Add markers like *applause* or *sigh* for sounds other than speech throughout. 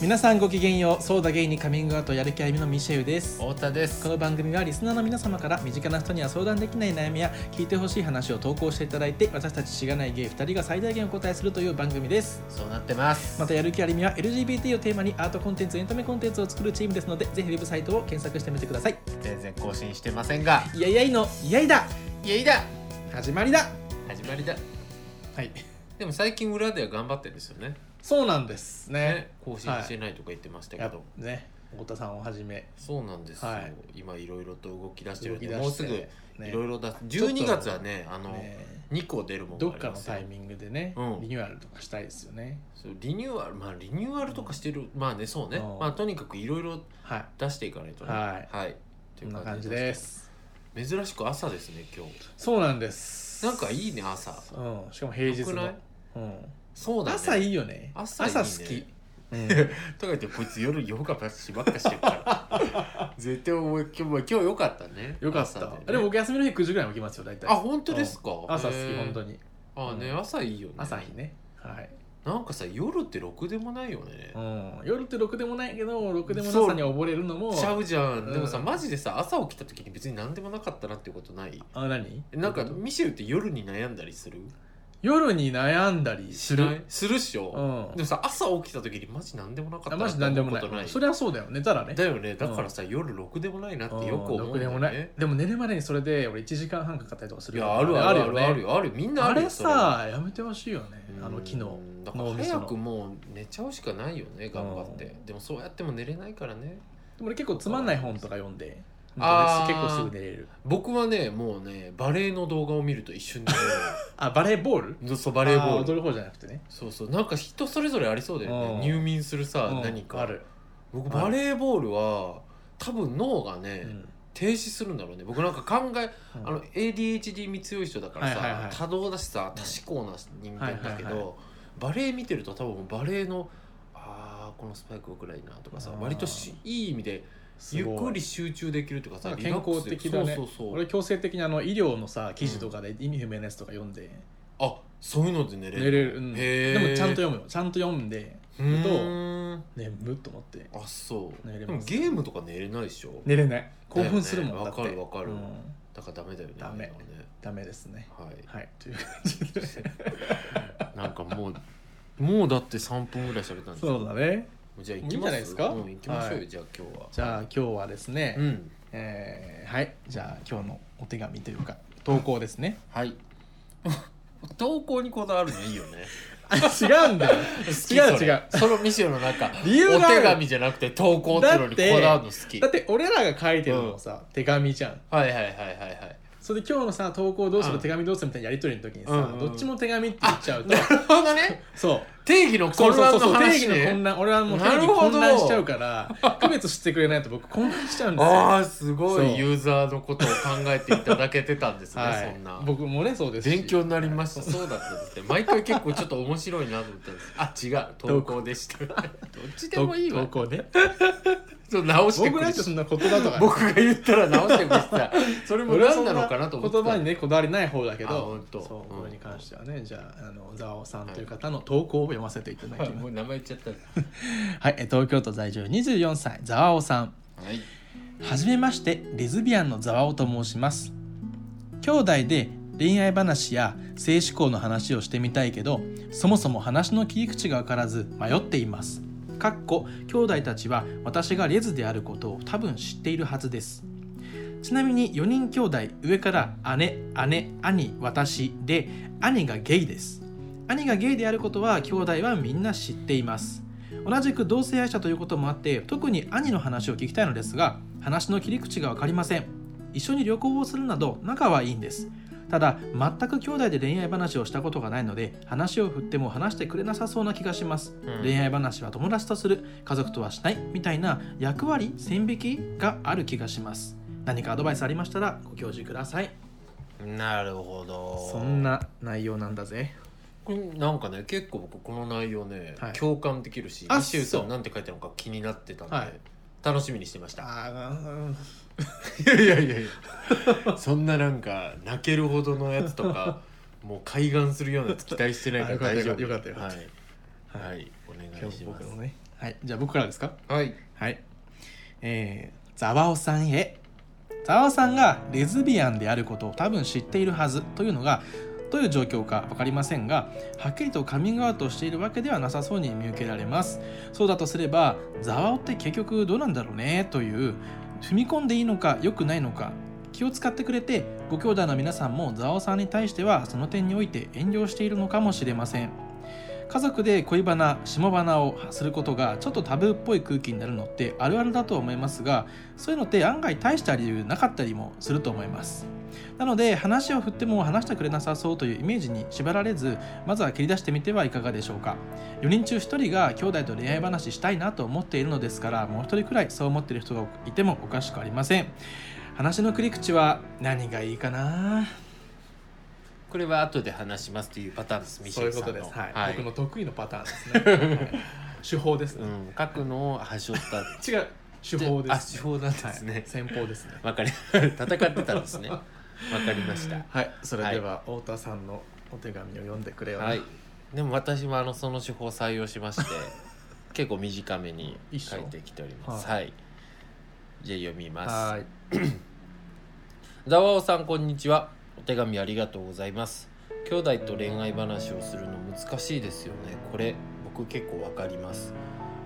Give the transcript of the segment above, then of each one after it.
皆さんごきげんようそうだゲイにカミングアウトやる気ありみのミシェウです太田ですこの番組はリスナーの皆様から身近な人には相談できない悩みや聞いてほしい話を投稿していただいて私たちしがないゲイ2人が最大限お答えするという番組ですそうなってますまたやる気ありみは LGBT をテーマにアートコンテンツエンタメコンテンツを作るチームですのでぜひウェブサイトを検索してみてください全然更新してませんがイやイやいのイやいだいやいだ始まりだ始まりだはいでも最近裏では頑張ってるんですよねそうなんですねね更新してないとか言ってましたけやっど、ね太田さんをはじめそうなんですよ、はい今いろいろと動き出してる動んきで出してもうすぐねいろいろだちょっと12月はねあのね2個出るものどがっあかりまのすタイよミングでね、うんリニューアルとかしたいですよね。そうリニューアルまあリニューアルとかしてるまあねそうねうんまあとにかくいろいろはい、出していかないとねはいはいといこうんな感じです。珍しく朝ですね今日そうなんです。なんかいいね朝うん、しかも平日よくなのい。うん、そうだね朝いいよね。朝いいね好き。うん、とか言ってこいつ夜夜がばっしばっかしてるから *laughs* 絶対お前今日も今日よかったね *laughs* よかっ朝た。でで,、ね僕休みの日9時ぐらいに起きますよ、大体。あ本当ですか朝好き、本当にに。あねうん朝いいよね朝日ね。はい。なんかさ夜ってろくでもないよねうん、夜ってろくでもないけど、ろくでもなそうさに溺れるのも。ちゃうじゃうんんでもさマジでさ朝起きた時に別に何でもなかったなってことないあ、何なんかどういうことミシェルって夜に悩んだりする夜に悩んだりすしなるい。するっしうょんで。もさ朝起きた時にマジ何でもなかったあマジなんでもなってことい。それはそうだよ。寝たらね。だよねだからさ夜ろくでもないなってよく思どうこんだでよもないねでも寝るまでにそれで俺1時間半かかったりとかすいるやあるあるあるあるよよあるみんねなああるよれそはさやめてほしいよねうんあの機能だから脳みその早くもう寝ちゃうしかないよね頑張ってでもそうやっても寝れないからねでも俺結構つまんない本とか読んであー結構すぐ寝れる僕はねもうねバレエの動画を見ると一瞬で寝あバレーボールれ *laughs* るそうババレーボー踊ルる方じゃなくてねそうそうなんか人それぞれありそうだようねん入眠するさうん何かある僕あるバレーボールは多分脳がうねん停止するんだろうね僕なんか考えうんあの ADHD に強い人だからさ、はいはいはい多動だしさ多思考な人間だけど、はいはいはバレエ見てると多分バレエのあーこのスパイク良くないなとかさあー割としいい意味ですゆごいっくり集中できるとかさなんかリラックスできる健康的だねそうそうそう俺強制的にあの医療のさ記事とかで意味不明なやつとか読んであそういうので寝れ寝るれるうんへでーもちゃんと読むよちゃんと読んでうーん眠っと思ってあそう寝れでまもすゲームとか寝れないでしょ、寝れない興奮するもんだだよねってわかるわかるうんだからダメだよねダメあれダメですねはねはいという感じではいなんかもうもうだって3分ぐらい喋ったんですそうだね。じゃあ行もういきいんじまゃすないですかうん、行きましょうよ、はいじゃあ今日はじゃあ今日はですね、うんえーはいじゃあ今日のお手紙というか投稿ですね。はい *laughs* 投稿にこだわるのいいよね違う *laughs* んだよ。好き違うそれ違うそのミシェルの中理由があるお手紙じゃなくて投稿ってのにこだわるの好きだって俺らが書いてるのもさ、手紙じゃん。はいはいはいはいはいそれで今日のさ投稿どうする、うん手紙どうするみたいなやりとりの時にさ、うんうんどっちも手紙って言っちゃうとなるほどねそう定義のそう混そうそ乱うそのう話定義の混ね乱俺はもう定な義るほど混乱しちゃうから区別してくれないと僕混乱しちゃうんですよ。ああすごそういユーザーのことを考えていただけてたんですね、はい、そんな僕もねそうですし勉強になりましたそうだったんですね毎回結構ちょっと面白いなと思ったんですあ違う投稿でした *laughs* どっちでともいいわ投稿ねちょっと直して僕くなんれてそんな言葉とか僕が言ったら直してくれてた *laughs* それも俺はそ何んなのかなと思ってた言葉にねこだわりない方だけあど本当そううんこれに関してはねじゃああのざおさんという方の投稿を読ませていただきまもすう名前言っちゃったはいえ東京都在住24歳ざおさんはいはじめましてレズビアンのざおと申します兄弟で恋愛話や性思考の話をしてみたいけどそもそも話の切り口が分からず迷っていますかっこ兄弟たちは私がレズであることを多分知っているはずですちなみに4人兄弟上から姉姉兄私で兄がゲイです兄がゲイであることは兄弟はみんな知っています同じく同性愛者ということもあって特に兄の話を聞きたいのですが話の切り口が分かりません一緒に旅行をするなど仲はいいんですただ全く兄弟で恋愛話をしたことがないので話を振っても話してくれなさそうな気がします恋愛話は友達とする家族とはしないみたいな役割線引きがある気がします何かアドバイスありましたらご教示くださいなるほどそんな内容なんだぜこれなんかね結構僕この内容ね、はい共感できるしあ西シさそうんなんて書いてあるのか気になってたんで、はい楽しみにしてましたあ *laughs* いやいやいやいや *laughs* そんななんか泣けるほどのやつと *laughs* かもう海岸するようなやつ期待してないからあ大丈よかった夫よかったよかったはい、はい、お願今い日しま僕すのねはい、じゃあ僕からですかはいはい。えー、ザワオさんへ。ザワオさんがレズビアンであることを多分知っているはずというのが、どういう状況か分かりませんが、はっきりとカミングアウトしているわけではなさそうに見受けられます。そうだとすれば、ザワオって結局どうなんだろうねという、踏み込んでいいのか良くないのか、気を使ってくれて、ご兄弟の皆さんもザワオさんに対してはその点において遠慮しているのかもしれません。家族で恋バナ下バナをすることがちょっとタブーっぽい空気になるのってあるあるだと思いますがそういうのって案外大した理由なかったりもすると思いますなので話を振っても話してくれなさそうというイメージに縛られずまずは切り出してみてはいかがでしょうか4人中1人が兄弟と恋愛話したいなと思っているのですからもう1人くらいそう思っている人がいてもおかしくありません話の切り口は何がいいかなこれは後で話しますというパターンですミシェルさんのはい、はい僕の得意のパターンですね、はい手法ですね、うん、書くのを端折った違う手法であす手法なんですはねい、戦法ですねわかり *laughs* 戦ってたんですねわかりましたはいそれでは太田さんのお手紙を読んでくれよな、はいでも私もあのその手法を採用しまして *laughs* 結構短めに一書緒いてきておりますははい、じゃあ読みますはーいざわおさんこんにちはお手紙ありがとうございます兄弟と恋愛話をするの難しいですよねこれ僕結構わかります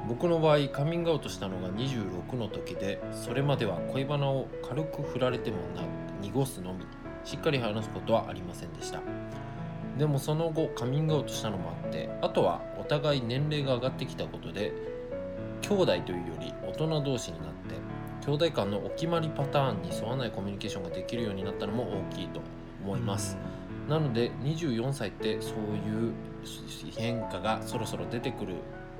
僕の場合カミングアウトしたのが26の時でそれまでは恋バナを軽く振られてもな濁すのみしっかり話すことはありませんでしたでもその後カミングアウトしたのもあってあとはお互い年齢が上がってきたことで兄弟というより大人同士になって兄弟間のお決まりパターンに沿わないコミュニケーションができるようになったのも大きいと思います、なので24歳ってそういう変化がそろそろ出てくる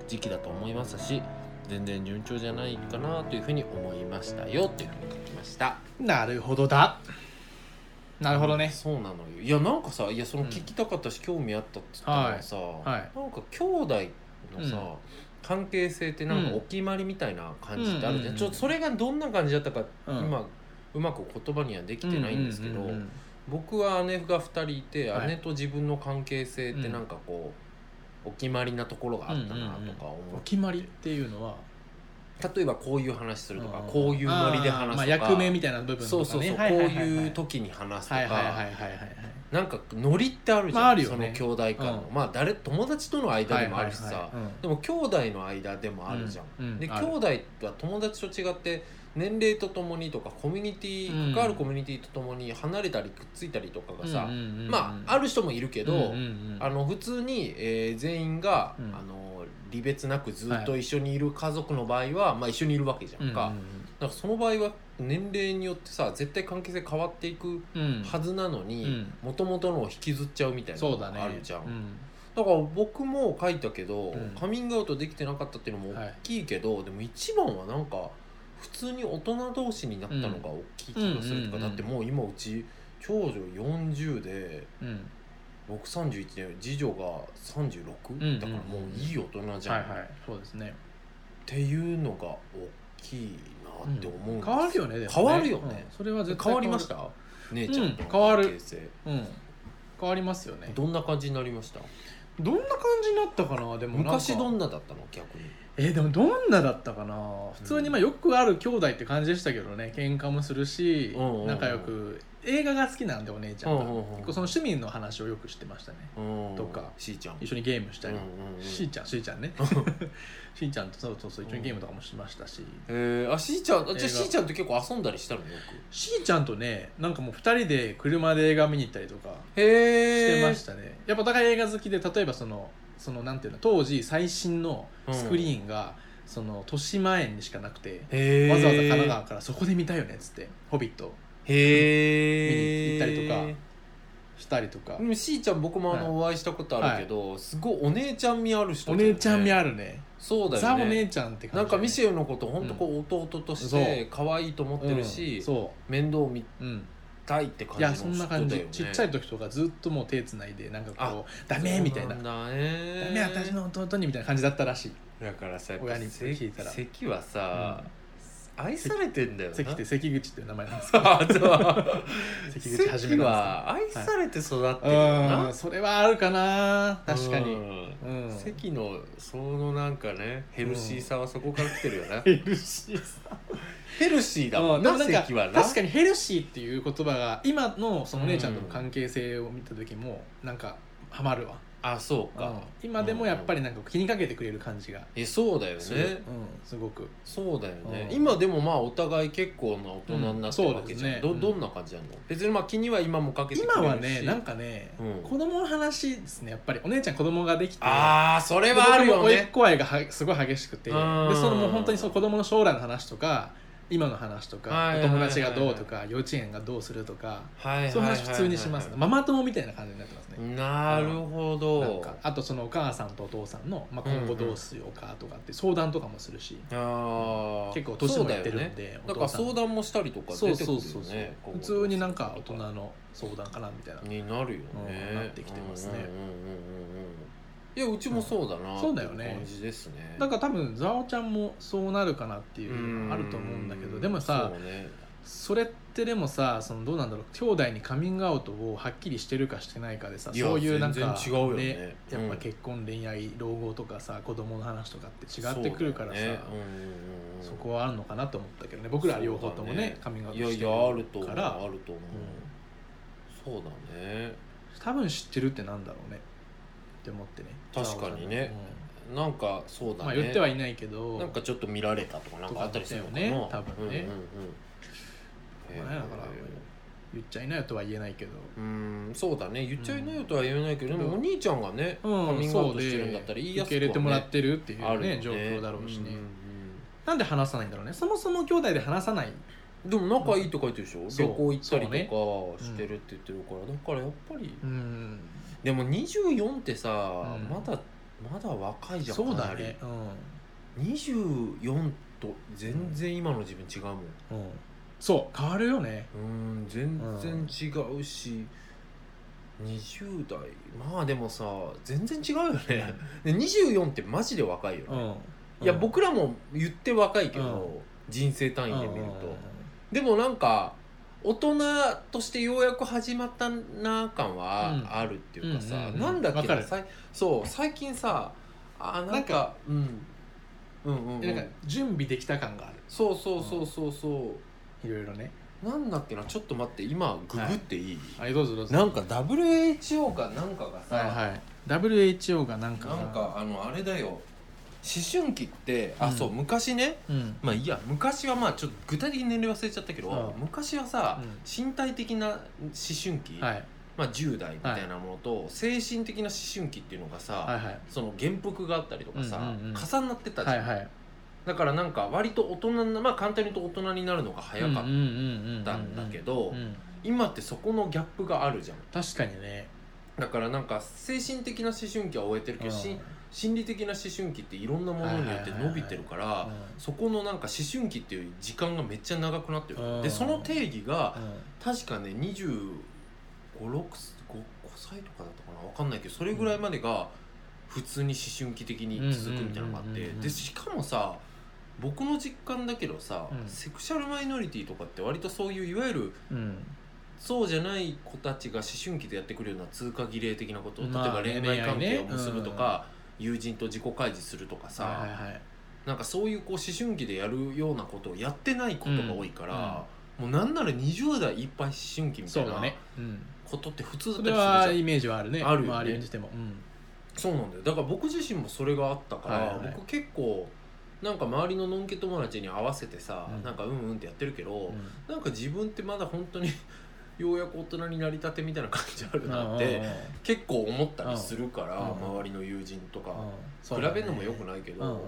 時期だと思いますし全然順調じゃないかなというふうに思いましたよっていうふうに書きましたなるほどだなるほどねそうなのよいやなんかさいやその聞きたかったし、興味あったっつったのがさ、はいはいなんか兄弟のさ、うん関係性ってなんうかんお決まりみたいな感じってあるじゃん、うんうんうんちょっとそれがどんな感じだったか、うん今うまく言葉にはできてないんですけど、うううん僕は姉が2人いて、はい姉と自分の関係性ってなんかこう、お決まりなところがあったなとか思う,、うんお決まりっていうのは例えばこういう話するとか、うんこういうノリで話すとか、あーまあ、役名みたいな部分とか、ね、そうそうそう、はいはいはいこういう時に話すとか、はいはいはいはいはいはいなんかノリってあるじゃん、まああるよねその兄弟間の、うまあ誰友達との間はでいもあるしさ、はいはいでも兄弟の間でもあるじゃん、うんうんである兄弟は友達と違って年齢とともにとかコミュニティ関わるコミュニティとともに離れたりくっついたりとかうがんさ、うんうんうんまあある人もいるけど、うんうんうんあの普通に、えー全員が、うんあの離別なくずっと一緒にいる家族の場合は、まあ、一緒にいるわけじゃんか,、うだんからその場合は年齢によってさ絶対関係性変わっていくうんうんうんはずなのにもともとのを引きずっちゃうみたいなそのうだねがあるじゃん、うんだから僕も書いたけど、うんカミングアウトできてなかったっていうのも大きいけど、でも一番はなんか普通に大人同士になったのが大きい気がするとか、うんだってもう今うち長女40で。うん僕31で次女が36、んだからもういい大人じゃん、はいっはいそうですねていうのが大きいなって思うんです変わるよねでもね変わるよねうんそれは絶対変わりました姉ちゃんとうん変わる関係性うん変わりますよねどんな感じになりましたどんな感じになったかなでもなんか昔どんなだったの逆にえーでもどんなだったかな普通にまあよくある兄弟って感じでしたけどね喧嘩もするしうんうんうん仲良く映画が好きなんでお姉ちゃんがうんうんうん結構その趣味の話をよくしてましたねうんとかしーちゃん一緒にゲームしたうんりうんうんしーちゃんしーちゃん *laughs* ねしーちゃんとそうそうそう一緒にゲームとかもしましたしえー、あしーちゃんあじゃあ映画しーちゃんと結構遊んだりしたのよくしーちゃんとねなんかもう2人で車で映画見に行ったりとかしてへましたね、やっぱお互い映画好きで例えばそのそのなんていうの当時最新のスクリーンが、その豊島園にしかなくて、へーわざわざ神奈川からそこで見たいよねっつって「ホビットへえ見に行ったりとか」したりとか、でもしーちゃん僕もあのお会いしたことあるけど、すごいお姉ちゃん味ある人おだよね姉ちゃん味あるねそうだザよおね姉ちゃんって感じだなね、んかミシェルのこと本当こう弟として可愛いと思ってるうんし、そ面倒見ううんたいって感いじのやそんな感人だじよねちっちゃい時とかずっともう手つないでなんかこう「ダメ」みたいな「そうダんだねメ私の弟に」みたいな感じだったらしいだからさやっぱ親にせ聞いたら咳はさ、愛されてんだよな関って関口っていう名前なんですけど *laughs* あとは関口はじめ関なんは愛されて育ってでるよすよな、うんそれはあるかな確かにうんうん関のそのなんかねヘルシーさはそこから来てるよな、ヘルシーさヘルシーだもうんんでなもなんか関はな確かにヘルシーっていう言葉が今のその姉ちゃんとの関係性を見た時もなんかハマるわ、あそううんか今でもやっぱりなんか気にかけてくれる感じがえそうだよする、ねうん、すごくそうだよねうん今でもまあお互い結構な大人になってるわけじゃん、うんそうどですねどんな感じなの、別にまあ気には今もかけてくれるし今はねなんかね、うん子供の話ですねやっぱりお姉ちゃん子供ができてああそれではあるよ僕も甥っね子愛がはすごい激しくてうでんそのもう本当にそう子供の将来の話とか今の話とはかいおはいはいはい友達がどうとか幼稚園がどうするとかはいはいそういう話普通にしますねはいはママ友みたいな感じになってますねいなるほど、なんかあとそのお母さんとお父さんの、まあ、今後どうしようかとかって相談とかもするし、あー結構年もやってるんそうだよねでだおから父さん相談もしたりとかそう出てくそるうよそうそうね普通になんか大人の相談かなみたいな、になるよね、うんなってきてますねうんうんうんうんうんいやうちもそうだな、そうだよねって感じですねだから多分ざおちゃんもそうなるかなっていうのあると思うんだけどでもさそうねそれってでもさそのどうなんだろう兄弟にカミングアウトをはっきりしてるかしてないかでさいやそういうなんか全然違うよねやっうぱん結婚恋愛老後とかさ子供の話とかって違ってくるからさそうそ,、だよねうんうんうんうんこはあるのかなと思ったけどね僕ら両方ともねそカうミングアだウねいトやしていやあるとる思うからあると思う、そうだね多分知ってるってなんだろうねって思ってね確かにねなんかそううんだねまあ言ってはいないけどなんかちょっと見られたとかなんかあったりするのかなとかだったよね多分ねうんうんうんまあねだから言っちゃいないよとは言えないけどうんそうだね言っちゃいないよとは言えないけど、でもお兄ちゃんがね、うんカミングアウそうトでしてるんだったら言いやすく受は、けね、入れてもらってるっていうあるよねね状況だろうしね、んんなんで話さないんだろうねそもそも兄弟で話さないうんでも仲いいって書いてるでしょ、そう旅行行ったそうねりとかしてるって言ってるから、だからやっぱりうんでも24ってさ、うんまだまだ若いじゃんそうかだなりねうん、 24と全然今の自分違うもんうん、そう変わるよねうん全然違うし、20代まあでもさ全然違うよねで24ってマジで若いようね、んいや僕らも言って若いけど、う人生う単ん位で見ると、でもなんか大人としてようやく始まったな感はうんあるっていうかさ、うんうんうんなんだっけわかなるさいそう最近さあなんかなんかうん、うんうんうんなんか準備できた感があるそうそうそうそうそう、いろいろねなんだっけなちょっと待って今ググっていい、はいどうぞどうぞなんか WHO かなんかがさ、はいはい WHO がなんかなんかあのあれだよ思春期ってあ、うんそう昔ねうんまあいいや昔はまあちょっと具体的に年齢忘れちゃったけど、うん昔はさ、うん身体的な思春期、はいまあ、10代みたいなものと、精神的な思春期っていうのがさ、はいはいその原服があったりとかさ、うんうんうん重なってたじゃはん、いはいだからなんか割と大人なまあ簡単に言うと大人になるのが早かっったんだけど、うん、今ってそこのギャップがあるじゃん確かにね、だからなんか精神的な思春期は終えてるけど、しうん心理的な思春期っていろんなものによって伸びてるから、そこのなんか思春期っていう時間がめっちゃ長くなってる、うんでその定義うがん確かね256 5歳とかだったかな分かんないけどそれぐらいまでが普通に思春期的に続くみたいなのがあっうんうんてうんうんうんでしかもさ僕の実感だけどさ、うんセクシャルマイノリティとかって割とそういういわゆるうんそうじゃない子たちが思春期でやってくるような通過儀礼的なこと、まあ例えば恋愛関恋係愛ねを結ぶとか、友人と自己開示するとかさ、はいはいはいなんかそういうこう思春期でやるようなことをやってないことが多いから、もうなんなら20代いっぱい思春期みたそいうだなね、うん、ことって普通だそったりするれじゃんはイメージはあるねあるよね周りにしても、うんそうなんだよだから僕自身もそれがあったから、はいはい僕結構なんか周りののんけ友達に合わせてさ、うんなんかうんうんってやってるけど、うんなんか自分ってまだ本当に *laughs* ようやく大人になりたてみたいな感じあるなって。結構思ったりするから、うん周りの友人とうんか、そう比だねべるのもよくないけど、うんうん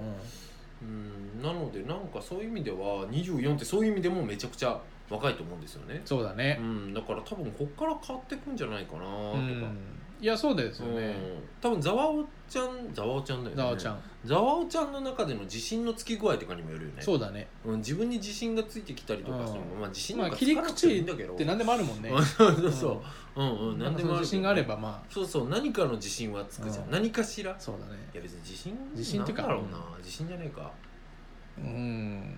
うんなのでなんかそういう意味では24ってそういう意味でもめちゃくちゃ若いと思うんですよね、そうだねう、ん、だから多分こっから変わってくんじゃないかなとか、うんいやそうですうよんね多分ざわおちゃんざわおちゃんだよねざおちゃん、ざわおちゃんの中での自信のつき具合とかにもよるよねそうだねうん、自分に自信がついてきたりとかうんそのまあ自信まなあんか切りつ口かなくてもいいんだけどで *laughs* 何でもあるもんねそうそうそううんうんなん何かでそものある自信があればまそうそう何かの自信はつくじゃん、うん何かしらいあそうだねや別に自信自信っていうかなんだろうな、自信じゃねえかうん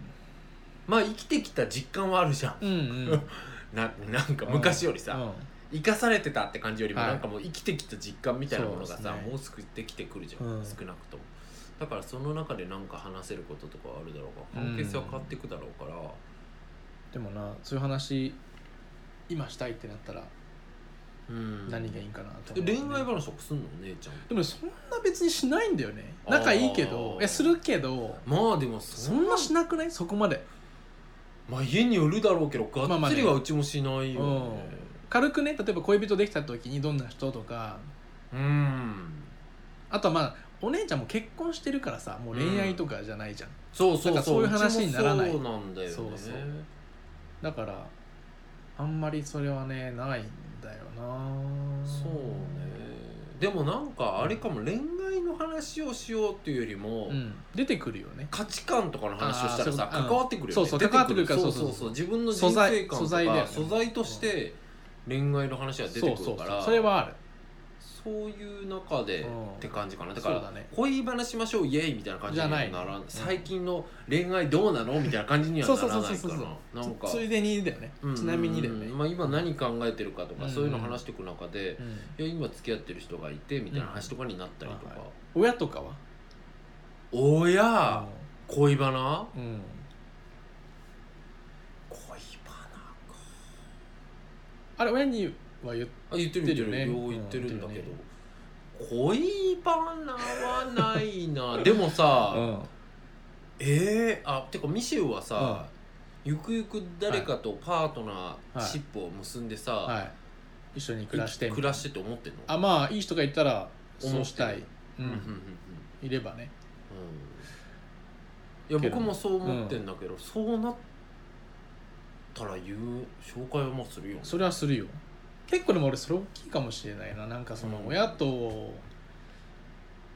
まあ生きてきた実感はあるじゃんうん *laughs* うんななんか昔よりさ、うん生かされてたって感じよりも、はいなんかもう生きてきた実感みたいなものがさそうですねもうすぐできてくるじゃん、うん少なくともだからその中でなんか話せることとかはあるだろうから関係性は変わっていくだろうから、でもなそういう話今したいってなったらうん何がいいかなと思う、恋愛話とかすんのお姉ちゃんでもそんな別にしないんだよね仲いいけどあーえするけどまあでもそそんんななしなくないそこまでまあ家によるだろうけどがまあまっあつねりはうちもしないよね、軽くね例えば恋人できた時にどんな人とかうんあとはまあお姉ちゃんも結婚してるからさもう恋愛とかじゃないじゃん、そうそうなんかそそうういう話にならないうちもそうなんだよねそうそうだからあんまりそれはねないんだよなそうねでもなんかあれかも恋愛の話をしようっていうよりも、うん、出てくるよね価値観とかの話をしたらさあーそういうことうん関わってくるよねそうそう出関わってくるからそうそうそそううそそうう自分の人生観とか素素材材,、だよねとして恋愛の話は出てくるからそうそうそうそれはあるそういう中でうんって感じかなだからそうだね恋話しましょうイエイみたいな感じにはならじゃないん最近の恋愛どうなのみたいな感じにはならなそういそかうそうそうななんかつついでにだよね、うんちなみにだよね、まあ、今何考えてるかとか、うんそういうの話していく中でう、んいや今付き合ってる人がいてみたいな話とかになったりとか、親とかはおや恋バナうん恋バナかあれ親には言っあ言ってる言ってるよ言ってるようね言ってるんだけど、うん恋バナはない *laughs* なでもさ、んええあてかミシェウはさ、ゆくゆく誰かとパートナーはいシップを結んでさ、はい一緒に暮らしてい暮らしてって思ってんのあまあいい人がいたらそうしたい、ううんうんうんうんん、いればねうんいけやど僕もそう思ってんだけど、そうなったら言う紹介はもうするよねそれはするよ結構でも俺それ大きいかもしれないななんかそのうん親と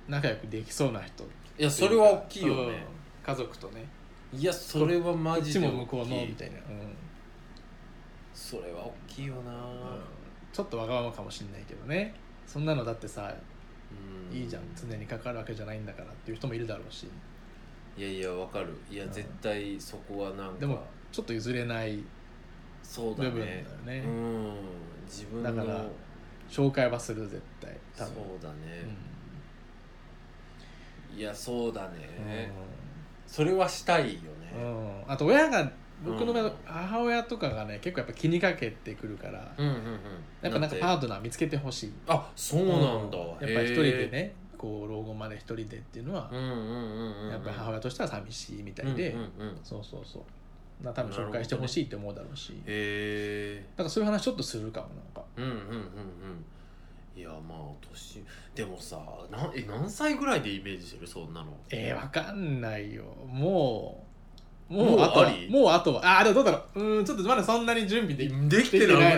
仲良くできそうな人いやそれは大きいようんね、家族とねいやそれはこマっジちでも大向こうきのいみたいな、うんそれは大きいよな、ちょっとわがままかもしれないけどねそんなのだってさうんいいじゃん常にかかるわけじゃないんだからっていう人もいるだろうしいやいやわかるいやうん絶対そこはなんかでもちょっと譲れないそうだ部分だよねねうん自分だのから紹介はする絶対多そう分だうねん、いやそうだね、それはしたいよね、うんあと親が僕の場合うん母親とかがね結構やっぱ気にかけてくるから、うんうんうん、やっぱなんかパだートナー見つけてほしいあそうなんだ、うへやっぱえ一人でねこう老後まで一人でっていうのはうん、うんうんうんやっぱり母親としては寂しいみたいで、でうんうんうん、へそうそうそうな多分紹介してほしいって思うだろうしえだからそういう話ちょっとするかもなんかうんうんうんうんいやまあ年でもさなえ何歳ぐらいでイメージしてるそんなのえー、わかんないよもうももううあとはありもうあとはあーでもどうだろううーんちょっとまだそんなに準備できいできてらんないで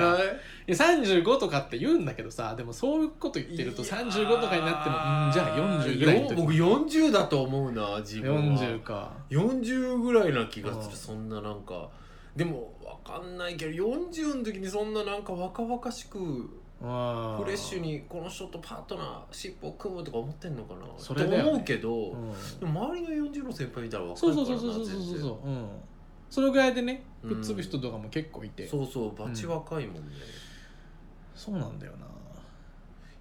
きてなや35とかって言うんだけどさでもそういうこと言ってると35とかになってもうんじゃあ40ぐらいのよ時僕40だと思うな自分は40か 40, ぐらいな気がすうるんそんななんかでもわかんないけど40の時にそんななんか若々しくフフレッシュに、にこの人とパートナーシップを組むとか思ってんのかなそれだよねと思うけど、うんでも周りの40の先輩いたら若そいうかそらうなそうそうそうそう全然そううんそのぐらいでねうんくっつぶ人とかも結構いて、そうそうバチ若いもんね、そうなんだよな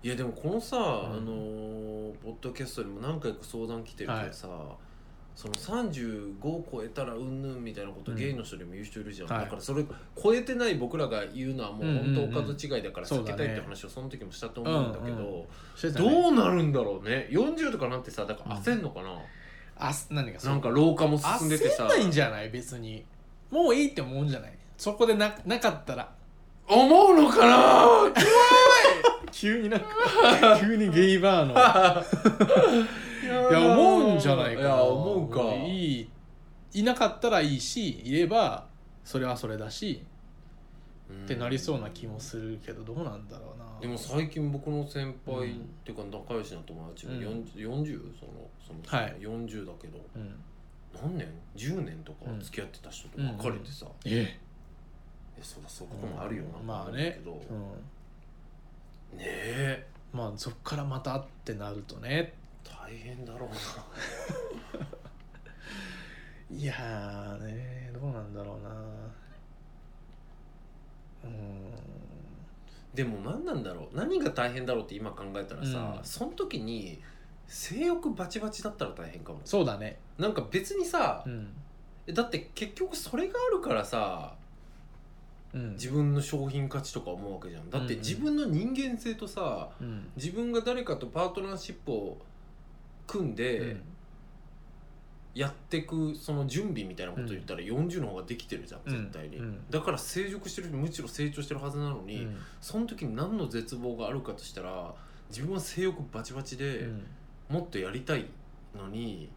いやでもこのさ、んあのーポッドキャストにも何回か相談来てるけどさ、その35を超えたらうんぬんみたいなこと、うんゲイの人でも言う人いるじゃん、はいだからそれ超えてない僕らが言うのはもう本うんうんう当んお門違いだからそ避うだけねたいって話をその時もしたと思うんだけど、うんうんしてたねどうなるんだろうね40とかなんてさだから焦んのかな、あす何かそうなんか老化も進んでて焦さんないんじゃない別にもういいって思うんじゃないそこでななかったら思うのかな急になん *laughs* か急にゲイバーのいいや思うんじゃないかないや思うかいいいなかったらいいしいればそれはそれだしうんってなりそうな気もするけどどうなんだろうなでも最近僕の先輩、うんっていうか仲良しの友達もうん 40, 40そのその、はい40だけどうん何年 ?10 年とかうん付き合ってた人と別れてさ、ええそうだそういうこともあるよな、うとんまあ思うねけど、え、うねん、えまあそっからまたってなるとね大変だろうないやーねどうなんだろうなうーんでも何なんだろう何が大変だろうって今考えたらさ、うんその時に性欲バチバチだったら大変かもそうだねなんか別にさう、んだって結局それがあるからさうん自分の商品価値とか思うわけじゃんだってうんうん自分の人間性とさうん自分が誰かとパートナーシップを組んうでんやってくその準備みたいなこと言ったら40の方ができてるじゃんうん絶対に、うんだから成熟してるむしろ成長してるはずなのに、その時に何の絶望があるかとしたら自分は性欲バチバチで、うんもっとやりたいのに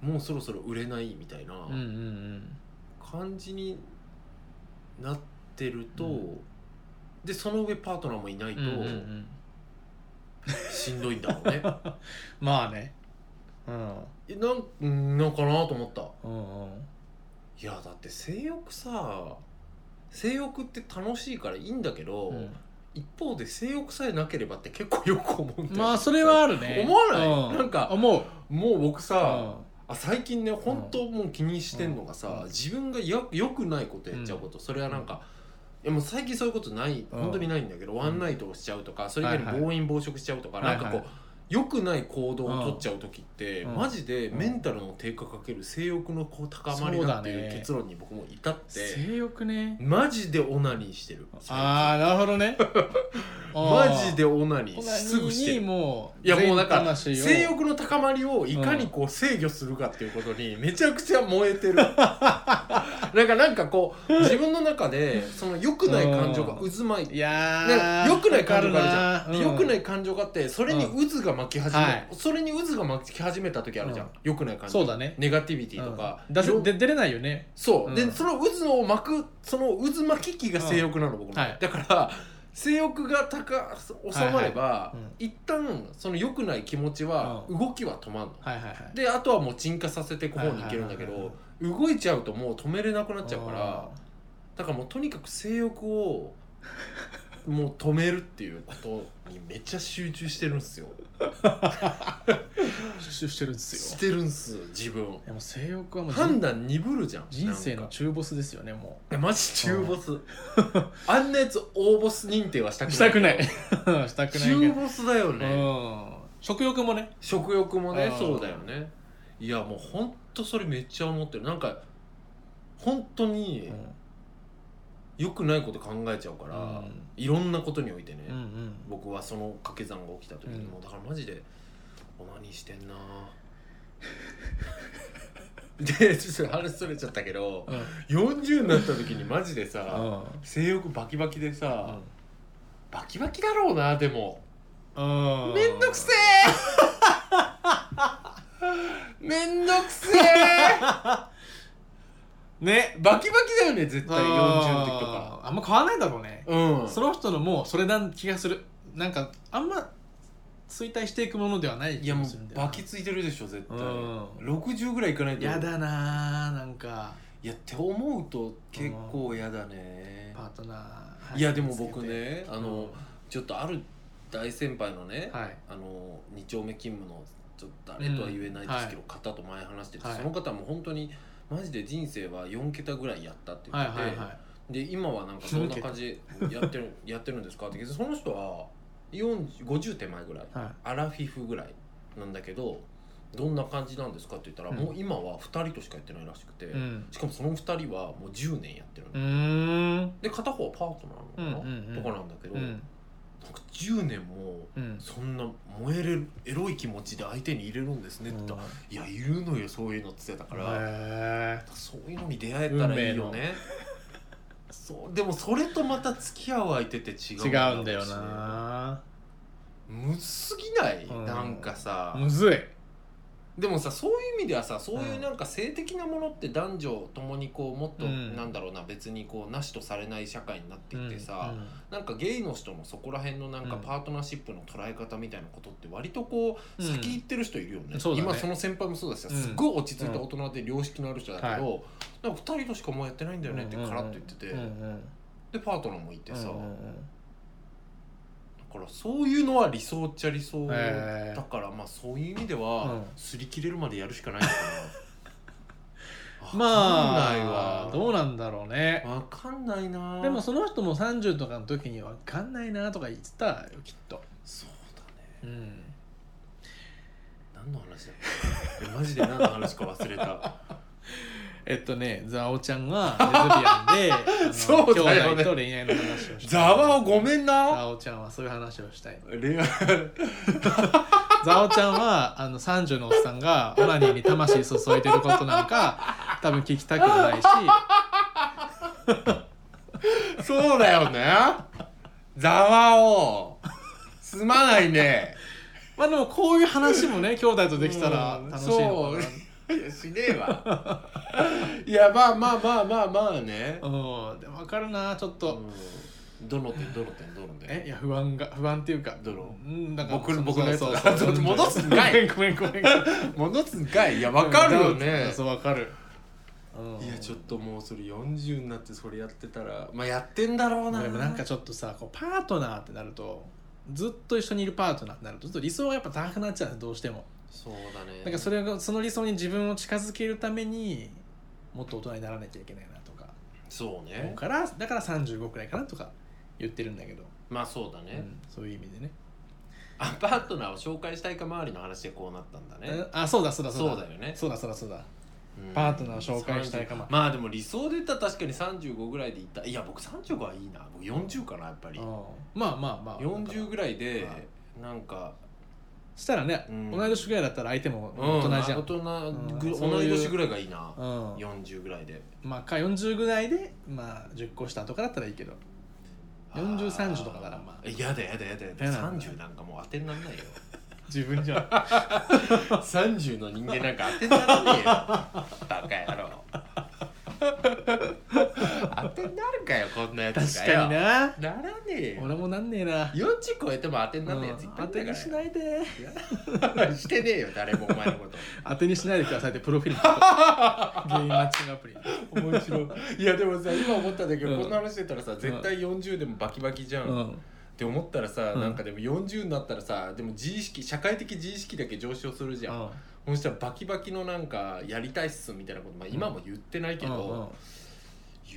もうそろそろ売れないみたいなうんうんうん感じになってると、うんでその上パートナーもいないとうんうんうんしんどいんだろうね、まあねうんえなんうんなんかなと思ったうんうんいやだって性欲さ性欲って楽しいからいいんだけど、うん一方で性欲さえなければって結構よく思うんだよまあそれはあるね思わない、うんなんか思うもう僕うさ、んあ最近ね本当もう気にしてんのがうんさ、うん自分がよよくないことやっちゃうこと、それはなんか、いやもう最近そういうことない、うん本当にないんだけど、ワンナイトをしちゃうとかそれ以外にはいはい暴飲暴食しちゃうとか、なんかこう、はいは良くない行動を取っちゃう時って、うんマジでうんメンタルの低下かける性欲のこう高まりだってそういだうね結論に僕も至って、性欲ねマジでオナニーしてるああなるほ *laughs* どねマジでオナニー隣すぐしてにるもういやもうだから全魂を性欲の高まりをいかにこう制御するかっていうことにめちゃくちゃ燃え *laughs* てるなんかなんかこう自分の中でその良くない感情が渦巻いていやねー良くない感情があるじゃん、わ良くない感情があってそれに渦が巻き始め、はいそれに渦が巻き始めた時あるじゃん、うん良くない感情そうだねネガティビティとか、うん出せいろで出れないよねそう、うんでその渦を巻くその渦巻き機が性欲なの、僕の、はいだから性欲が高収まれば、いはいうん一旦その良くない気持ちは、う動きは止まんの、はいはいはいであとはもう沈下させてこうに行けるんだけど、はいはいは動いちゃうともう止めれなくなっちゃうからだからもうとにかく性欲をもう止めるっていうことにめっちゃ集中してるんすよ出資してるんですしよてるんす自分でも性欲はもう判断鈍るじゃん人生なんかの中ボスですよねもいやマジ中ボ *laughs* スあんなやつ大ボス認定はしたくうないしたくないしたくな *laughs* いけ中どボスだよねうん食欲もね食欲もねうんそうだよねいやもうほんとそれめっちゃ思ってるなんか本当に良くないこと考えちゃうから、うんいろんなことにおいてね、うんうん僕はその掛け算が起きた時に、うんもうだからマジでオナニーしてん *laughs* なぁでちょっと話それちゃったけどうん40になった時にマジでうさ、ん性欲バキバキでうさ、んバキバキだろうなでもうんめんどく *laughs* せえめんどくせえねバキバキだよね絶対40の時とかあーあんま変わらないだろうねうんその人のもうそれな気がするなんかあんま衰退していくものではないい気やがもするんうだよなバキついてるでしょ絶対うん60ぐらいいかないとやだなーなんかいやって思うと結構やだねパートナーいやでも僕ねああのちょっとある大先輩のねはいあの2丁目勤務のちょっと誰とは言えないですけど方と前話しててはいその方も本当にマジで人生は4桁ぐらいやったって言はいってはいはてで今はなんかどんな感じでやってるやってるんですかって聞いてその人は40 50手前ぐらいいはいアラフィフぐらいなんだけどどんな感じなんですかって言ったらうんもう今は2人としかやってないらしくて。うんしかもその2人はもう10年やってるの、うーんで片方はパートナーなのかな、うんうんうんとかなんだけど、うなんんか10年もうんそんな燃えれるエロい気持ちで相手に入れるんですねって言ったら「いやいるのよそういうの」って言ってたから、へーそういうのに出会えたらいいよ運ね。そうでもそれとまた付き合う相手って違う違なうんだよなむずすぎない、うんなんかさ、むずいでもさそういう意味ではさそういううんなんか性的なものって男女ともにこうもっと、うんなんだろうな別にこうなしとされない社会になってきてさ、うんなんかゲイの人のそこら辺のなんかうんパートナーシップの捉え方みたいなことって割とこううん先行ってる人いるよね,、うんそうだね今その先輩もそうだしさうんすっごい落ち着いた大人で良識のある人だけど、なんか2人としかもうやってないんだよねってカラッと言ってて、うんうんでパートナーもいてさ、うんうんだうんからそういうのは理想っちゃ理想へーだからまあそういう意味でうはん擦り切れるまでやるしかないのかな。 *laughs* まあわかんないわどうなんだろうねわかんないなでもその人も30とかの時に分かんないなとか言ってたよきっと、そうだねうん、何の話だっけえマジで何の話か忘れ *laughs* たえっとねザオちゃんがレズビアン *laughs* であのそうだよね兄弟と恋愛の話をしたざわおごめんなザオちゃんはそういう話をしたいの恋愛ザオちゃんはあの30のおっさんがオナニーに魂注いでることなんか多分聞きたくもないしそうだよねざわおすまないねまあでもこういう話もね兄弟とできたら楽しいのかなそういやしねえわ *laughs* いやまあまあまあまあまあね、うん、でも分かるなちょっと、うんどの点どの点どの点えいや不安が不安っていうかどのうんだから僕そ僕のやつそうあ *laughs* ちょっと戻すんかいごめんごめんごめん物つんかいいや *laughs* わかるようねんそう分かる、うんいやちょっともうそれ40になってそれやってたらまあやってんだろうなでもなんかちょっとさこうパートナーってなるとずっと一緒にいるパートナーってなるとちょっと理想がやっぱ高くなっちゃうどうしてもそうだねなんかそれがその理想に自分を近づけるためにもっと大人にならなきゃいけないなとかそう思ねうからだから35くらいかなとか言ってるんだけど、まあそうだうね、んそういう意味でねアパートナーを紹介したいか周りの話でこうなったんだね、うんあそうだそうだそうだそうだよねそうだそうだそうだうんパートナーを紹介したいかも30まあでも理想で言ったら確かに35ぐらいでいったいや僕35はいいな僕40かなやっぱりうんまあまあまあ40ぐらいでなんかしたらね、うん同い年ぐらいだったら相手もうん大人じゃん、大人ぐうん同い年ぐらいがいいなうん40ぐらいでまあか40ぐらいでまあ10個下とかだったらいいけど40 30とかならまああーやだやだやだやだやなんだ30なんかもう当てに *laughs* なんないよ自分じゃん *laughs* 30の人間なんか当てにならねえよ *laughs* バカ野郎当てになるかよこんなや確つがよかになならねえよ俺もなんねえな40超えても当てにならねえやついっぱい当てにしないでい *laughs* してねえよ誰もお前のこと当てにしないでくださいってプロフィール *laughs* に書くゲイマッチングアプリ面白いいやでもさ今思ったんだけど、うんこんな話してたらさ絶対40でもバキバキじゃん、うっんて思ったらさ、うんなんかでも40になったらさでも自意識社会的自意識だけ上昇するじゃん、うんそしたらバキバキのなんかやりたいっすみたいなこと、まあ、今も言ってないけど、うんうん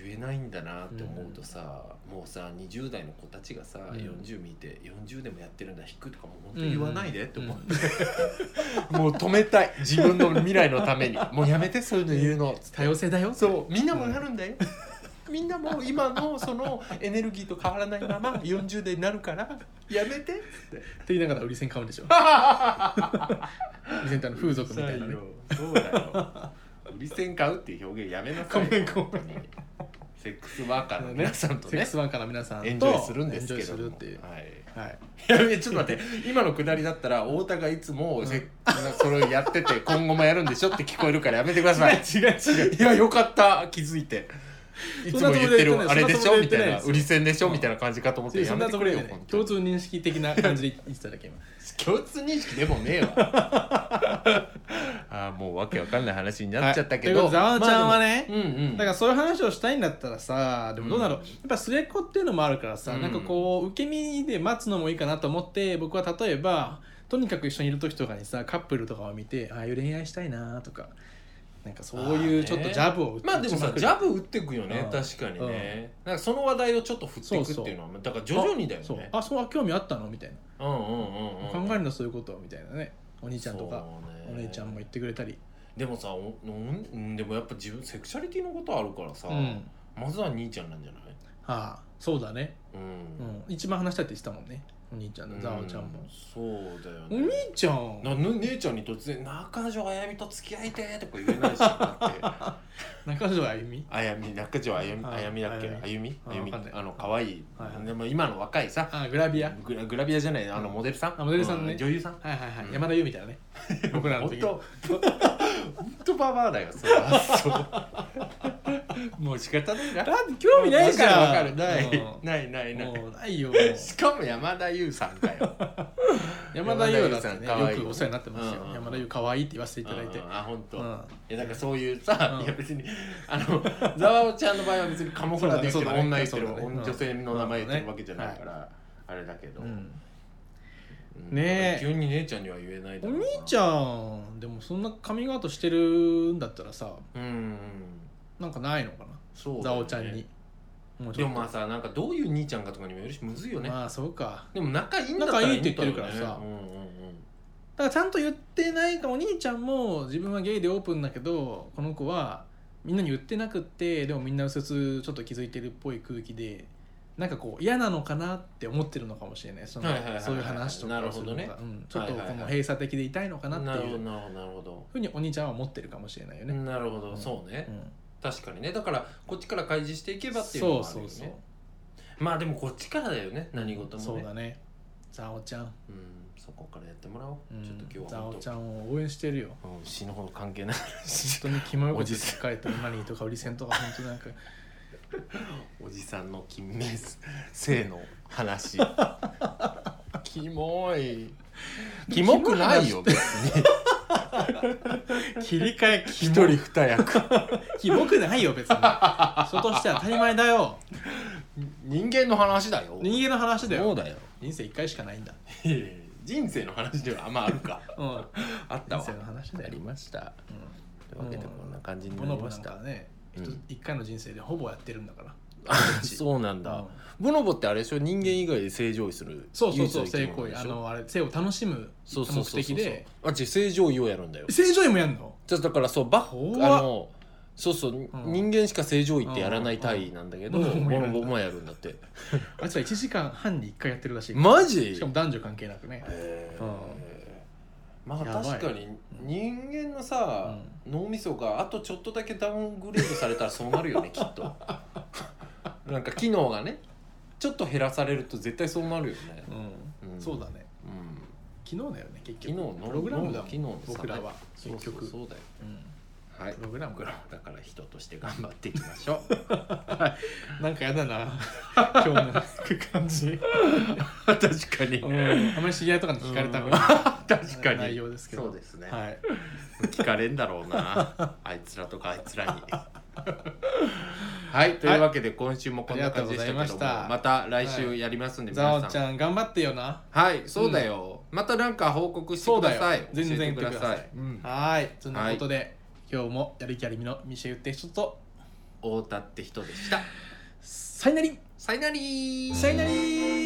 言えないんだなって思うとさ、もうさ20代の子たちがさ、うん40見て40でもやってるんだ引くとかもう本当に言わないでって思って、 *laughs* もう止めたい自分の未来のためにもうやめてそういうの言うの多様性だよそうみんなもなるんだよ、みんなもう今のそのエネルギーと変わらないまま40代になるからやめてっつってって言いながら売り線買うんでしょ売り線ってあの風俗みたいなねそうだよ売り線買うっていう表現やめなさいよごめんごめん本当にセックスワーカーの皆さんとセッねクスワンカーの皆さんとエンジョイするんですけエンジョどイするもっていうはい、はいいやいやちょっと待って今のくだりだったら太田がいつもせっ、それをやってて今後もやるんでしょって聞こえるからやめてください *laughs* 違う違ういやよかった気づいていつも言ってるそんなつもりあは言ってないれでしょみたいなそんなつもりは言ってないですよ売り線でしょみたいな感じかと思ってそやんめなてとくころれでよね本当共に通認識的な感じで言ってただけ今 *laughs* 共通認識でもねえわ *laughs* あーもうわけわかんない話になっちゃったけはどいということでざわちゃんはね、ね、まあでもうんうんだからそういう話をしたいんだったらさでもどうだろう、うんやっぱ末っ子っていうのもあるからさ、うんなんかこう受け身で待つのもいいかなと思って僕は例えばとにかく一緒にいる時とかにさカップルとかを見てああいう恋愛したいなとかなんかそういうちょっとジャブを打まあでもさ打ちくるジャブ打ってくよねうん確かにね、なんかその話題をちょっと振っていくっていうのはだから徐々にだよそうねあそうあ興味あったのみたいな、うんうんうんうん考えるのそういうことみたいなねお兄ちゃんとか、そうおね姉ちゃんも言ってくれたり、でもさおうんでもやっぱ自分セクシャリティのことあるからさ、うんまずは兄ちゃんなんじゃないああそうだね、う、うんん、一番話したいって言ってたもんねお兄ちゃんのざわちゃんも、そうだよお兄ねちゃんなぬ姉ちゃんに突然「中条あやみと付き合いて」とか言えないしだって中条あゆみあやみ中条あやみああやみだっけあやみあゆみああゆみわかんないあの可愛いはいでも今の若いさあグラビアグラグラビアじゃないあのうんモデルさんあモデルさんねう女優さんはいはいはい、うん山田優みた *laughs* いなね僕らの本時当本当ババアだよそれはそうもう仕方ないなだって *laughs* 興味ないじゃんわかるわかるないもないないないうもうないよしかも山田優さんかよ。山田優はだってね山田優さん可愛いよくお世話になってますよ、うんうん山田優可愛いって言 *laughs* わせていただいて、うんうんあ、本当。ういんや、だからそういうさ、うんいや別に、あの、 *laughs* ざわおちゃんの場合は別にカモフラで言ってそうる、だね女言ってそる、うだね女女性の名前言ってるわけじゃないから、あれだけど、うんうんねえ急に姉ちゃんには言えないおろうな兄ちゃんでもそんなカミングアウトしてるんだったらさうんなんかないのかそうなだざよねお、ちゃんにもうちでょもっとまあさなんかどういう兄ちゃんかとかにもよるしむずいよね、まあそうかでも仲いいんだったら仲いいんだってよ言ってるからさねうんうんうんだからちゃんと言ってないかお兄ちゃんも自分はゲイでオープンだけどこの子はみんなに言ってなくってでもみんなうすうすちょっと気づいてるっぽい空気でなんかこう嫌なのかなって思ってるのかもしれないそのはいはいはいはいそういう話とかなるをほすどるねのがうんちょっはいとこはいはいの閉鎖的で痛いのかななっるてほどいうなるほどなるほどふうにお兄ちゃんは思ってるかもしれないよね。なるほど、うんそうね、うん確かにねだからこっちから開示していけばっていうのそもあうるよそねうそうまあでもこっちからだよね何事もねそうだねザオちゃん、うん、そこからやってもらおう、うんちょっと今日はザ本オ当ちゃんを応援してるようん、死ぬほど関係ない話本当にキモいこおとじ聞かれてるマニーとかオリセンとか本当なんかおじさんの金名性の *laughs* 話キモいキモくないよ別に切り替え一キモ人二役キモくないよ *laughs* 別に人としては当たり前だよ人間の話だよ人間の話だそうよだよ人生一回しかないんだ *laughs* いやいや人生の話ではあんまあるかうんあった人わ生の話だあよりましたというわけでこんな感じうんにボなノりボまなしんた、かねうん一一回の人生でほぼやってるんだから *laughs* そうなんだ、うんボノボってあれでしょ人間以外で正常位するそうそうそう唯一の生き性行物為であしょのあれ性を楽しむそ目うそうそう的そうであ違う正常位をやるんだよ正常位もやんのちょっとだからそうバッ怖っあのそうそう、ん人間しか正常位ってやらない体位なんだけど、うんうんボノボもやるんだってあいつは1時間半に1回やってるらしいマジしかも男女関係なくねへーうんまあやば確いかに人間のさ、脳みそがあとちょっとだけダウングレードされたらそうなるよ *laughs* ねきっとなんか機能がねちょっと減らされると絶対そうなるよね、うんうんそうだねうん、昨日だよね結機局能のプログラムだも機ん能の差ね僕らはそう結そう局そうだようんはいプログラム僕らだから人として頑張っていきましょうなんかやだな今日の感じ、 *laughs* 確かにうん、あまり知り合いとかに聞かれたくない *laughs* 確かに内容ですけどそうですね、はい、聞かれんだろう *laughs* なあいつらとかあいつらにはいというわけで今週もこんな感じでしたけども、ありがとうございましたまた来週やりますんで、ザオ皆ちさんゃん頑張ってよなはいそうだよ、またなんか報告してくださいそうだよ全然教えてくださ言ってください、うん、はーいそんなことで、今日もやる気ありみのミシェウって人と太田って人でしたさよなりさよなりさよなり